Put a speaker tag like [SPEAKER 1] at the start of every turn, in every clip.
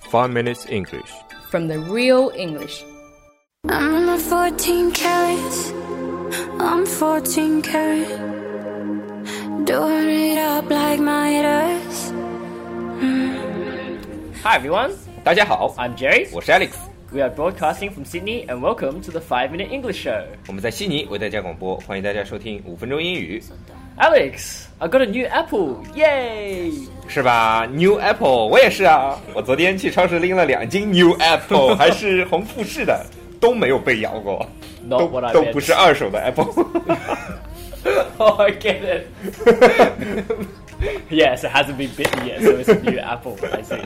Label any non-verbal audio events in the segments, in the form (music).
[SPEAKER 1] 5 Minutes English.
[SPEAKER 2] from the real English.
[SPEAKER 3] I'm a 14 carats. I'm 14 carat. Doing it up like Midas.
[SPEAKER 4] Hi everyone,
[SPEAKER 5] 大家好，
[SPEAKER 4] I'm Jerry.
[SPEAKER 5] 我是 Alex，
[SPEAKER 4] We are broadcasting from Sydney and welcome to the 5 Minute English Show.
[SPEAKER 5] 我们在悉尼为大家广播，欢迎大家收听五分钟英语，
[SPEAKER 4] Alex, I got a new apple. Yay!
[SPEAKER 5] 是吧？New Apple，我也是啊，我昨天去超市拎了两斤 New Apple，还是红富士的，都没有被咬过，
[SPEAKER 4] Not
[SPEAKER 5] 都
[SPEAKER 4] what I
[SPEAKER 5] 都
[SPEAKER 4] meant.
[SPEAKER 5] 不是二手的 Apple。
[SPEAKER 4] (laughs) Oh, I get it. (laughs) yes, it hasn't been bitten yet, so it's a new apple. I see.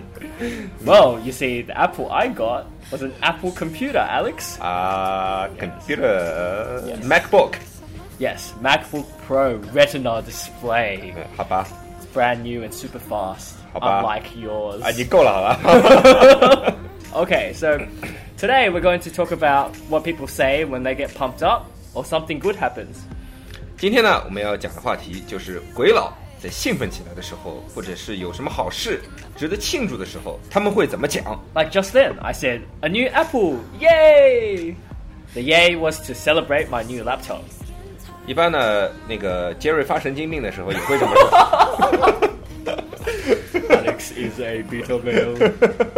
[SPEAKER 4] Well, you see, the apple I got was an Apple computer, Alex.
[SPEAKER 5] 啊、c o m p u t e r MacBook，
[SPEAKER 4] Yes, MacBook Pro Retina display.
[SPEAKER 5] 嗯好吧，
[SPEAKER 4] It's brand new and super fast,
[SPEAKER 5] 好吧
[SPEAKER 4] unlike yours.
[SPEAKER 5] 啊，已经够了，好吧？ (laughs)
[SPEAKER 4] Okay, so today we're going to talk about what people say when they get pumped up or something good happens.
[SPEAKER 5] 今天呢，我们要讲的话题就是鬼佬在兴奋起来的时候，或者是有什么好事值得庆祝的时候，他们会怎么讲？
[SPEAKER 4] Like just then, I said, a new Apple! Yay! The yay was to celebrate my new laptop.
[SPEAKER 5] 一般呢，那个杰瑞发神经病的时候也会这么 (laughs) 说。
[SPEAKER 4] Alex is a beta male.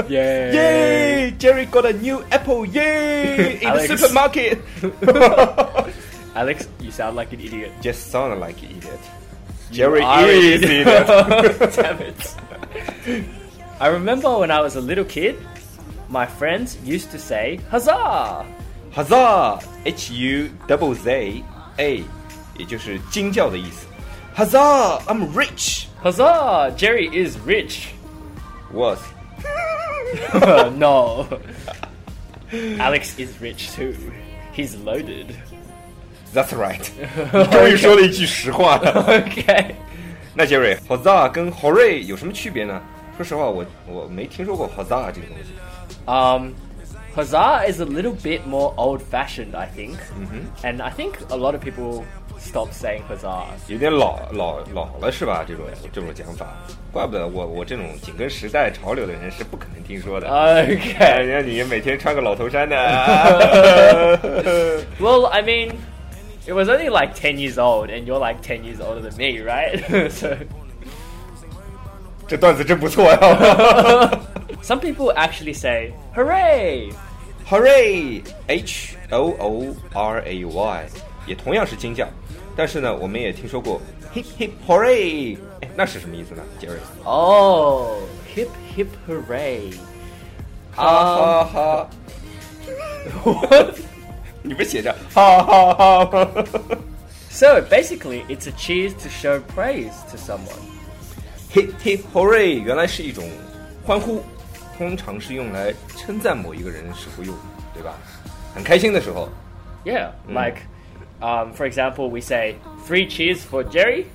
[SPEAKER 4] (laughs) Yay!
[SPEAKER 5] (laughs) Jerry got a new apple! (laughs) Yay!
[SPEAKER 4] the Alex.
[SPEAKER 5] (laughs) supermarket!
[SPEAKER 4] Alex, you sound like an idiot.
[SPEAKER 5] Just sound like an idiot. Jerry
[SPEAKER 4] are an
[SPEAKER 5] is an idiot.
[SPEAKER 4] (laughs) Damn it. I remember when I was a little kid, my friends used to say, huzzah!
[SPEAKER 5] Huzzah! H U double Z A，也就是惊叫的意思。Huzzah! I'm rich.
[SPEAKER 4] Huzzah! Jerry is rich!
[SPEAKER 5] Was
[SPEAKER 4] Uh, (laughs) no. Alex is rich too. He's loaded.
[SPEAKER 5] that's right. (laughs) 你终于说了一句实话了。
[SPEAKER 4] (laughs)
[SPEAKER 5] (laughs)
[SPEAKER 4] Okay.
[SPEAKER 5] 那杰瑞，Huzzah 跟 Hooray 有什么区别呢？说实话，我我没听说过 Huzzah 这个东西。
[SPEAKER 4] Um, huzzah is a little bit more old-fashioned, I think, and I think a lot of people stop saying huzzah.
[SPEAKER 5] 有点老老老了是吧？这种这种讲法，怪不得我我这种紧跟时代潮流的人是不可能听说
[SPEAKER 4] 啊
[SPEAKER 5] 的。哎
[SPEAKER 4] Okay.
[SPEAKER 5] 人家你每天穿个老头衫的，
[SPEAKER 4] (laughs) Well, I mean, it was only like ten years old, and you're like ten years older than me, right? (laughs) so.
[SPEAKER 5] 这段子真不错呀
[SPEAKER 4] Some people actually say "hooray,
[SPEAKER 5] (laughs) ！Hooray H O O R A Y，也同样是惊叫，但是呢，我们也听说过 hip hip hooray，哎那是什么意思呢？杰瑞，
[SPEAKER 4] oh, hip hip hooray."
[SPEAKER 5] 哈哈哈，
[SPEAKER 4] What?
[SPEAKER 5] (laughs) 你不写着哈哈哈吗？
[SPEAKER 4] So basically, it's a cheers to show praise to someone.
[SPEAKER 5] Hip hip hooray 原来是一种欢呼，通常是用来称赞某一个人是否用，对吧？很开心的时候
[SPEAKER 4] Yeah,
[SPEAKER 5] Mm.
[SPEAKER 4] like, um, for example, we say three cheers for Jerry,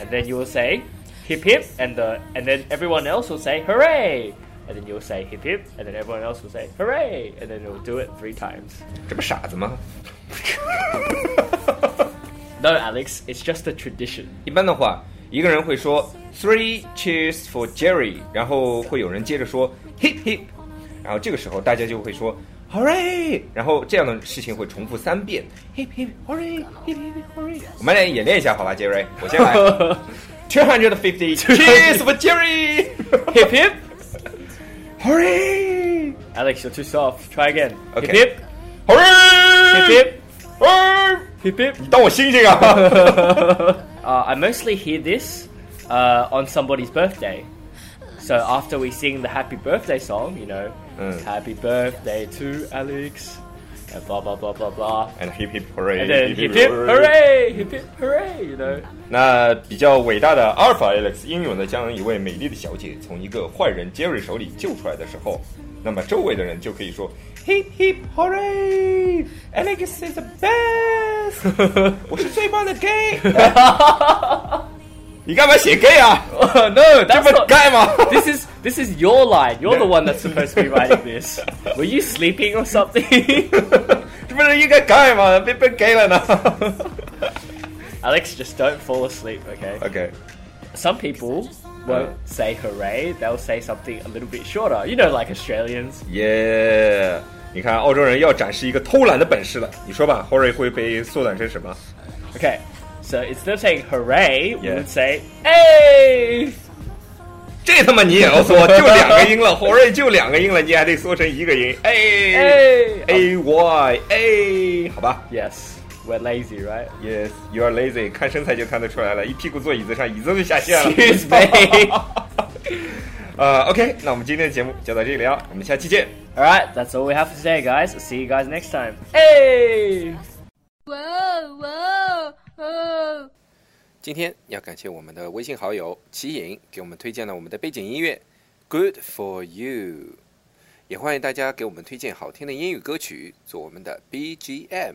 [SPEAKER 4] and then you will say hip hip, and the and then everyone else will say hooray, and then you'll say hip hip, and then everyone else will say hooray, and then you'll do it three times.
[SPEAKER 5] 这不傻子吗？
[SPEAKER 4] No, Alex, it's just a tradition.
[SPEAKER 5] 一般的话，一个人会说 Three cheers for Jerry，然后会有人接着说 Hip hip，然后这个时候大家就会说 Hooray，然后这样的事情会重复三遍 Hip hip hooray hip hip hooray。我们来演练一下好吧，杰
[SPEAKER 4] (laughs)
[SPEAKER 5] 瑞，我先来 (laughs) Two hundred fifty cheers for Jerry (laughs)
[SPEAKER 4] Hip (laughs) hip,
[SPEAKER 5] hooray。
[SPEAKER 4] Alex, you're too soft. Try again.
[SPEAKER 5] Okay.
[SPEAKER 4] Hip hip,
[SPEAKER 5] 好嘞，
[SPEAKER 4] hip hip,
[SPEAKER 5] 哎
[SPEAKER 4] hip hip.
[SPEAKER 5] (laughs) 你当我星
[SPEAKER 4] (laughs)
[SPEAKER 5] 星啊？ (laughs)
[SPEAKER 4] Uh, I mostly hear this uh, on somebody's birthday. So after we sing the happy birthday song, you know,
[SPEAKER 5] Mm.
[SPEAKER 4] happy birthday to Alex, and blah blah blah blah blah.
[SPEAKER 5] And hip hip hooray,
[SPEAKER 4] And then hip hip
[SPEAKER 5] hooray
[SPEAKER 4] hooray, hip hip hooray, you know.
[SPEAKER 5] 那比较伟大的阿尔法 Alex 英勇的将一位美丽的小姐从一个坏人 Jerry 手里救出来的时候，那么周围的人就可以说 hip hip
[SPEAKER 4] (laughs)
[SPEAKER 5] hooray, Alex is the best，我 (laughs) 是最棒的 gay。你干嘛写 gay 啊？
[SPEAKER 4] no,
[SPEAKER 5] 这
[SPEAKER 4] Oh, that's
[SPEAKER 5] 不
[SPEAKER 4] not.
[SPEAKER 5] 盖吗？
[SPEAKER 4] (laughs) This is this is your line. You're the one that's supposed to
[SPEAKER 5] (laughs)
[SPEAKER 4] be writing this. Were you sleeping or something?
[SPEAKER 5] 这不是应该盖吗？被被 gay 了呢 (laughs)
[SPEAKER 4] Alex, just don't fall asleep, okay?
[SPEAKER 5] ？OK，
[SPEAKER 4] Some people
[SPEAKER 5] Uh.
[SPEAKER 4] won't say hooray, they'll say something a little bit shorter. You know, like Australians.
[SPEAKER 5] 耶、你看澳洲人要展示一个偷懒的本事了。你说吧 h o r r y 会被缩短成什么？
[SPEAKER 4] Okay, so instead of saying hooray, we
[SPEAKER 5] Yeah.
[SPEAKER 4] would say, hey!
[SPEAKER 5] 这他妈你也要缩？就两个音了 h o r r y 就两个音了，你还得缩成一个音。哎
[SPEAKER 4] Hey! Oh,
[SPEAKER 5] a y a，好吧
[SPEAKER 4] Yes, we're lazy, (laughs) right?
[SPEAKER 5] ？Yes, you are lazy。看身材就看得出来了，一屁股坐椅子上，椅子都下线了。
[SPEAKER 4] Excuse me. (laughs)
[SPEAKER 5] 呃，OK，那我们今天的节目就到这里了，我们下期见。
[SPEAKER 4] Alright, that's all we have for today, guys. See you guys next time. Hey!
[SPEAKER 1] 哇哦哇哦哦！
[SPEAKER 6] 今天要感谢我们的微信好友齐颖给我们推荐了我们的背景音乐《Good for You》，也欢迎大家给我们推荐好听的英语歌曲做我们的 BGM。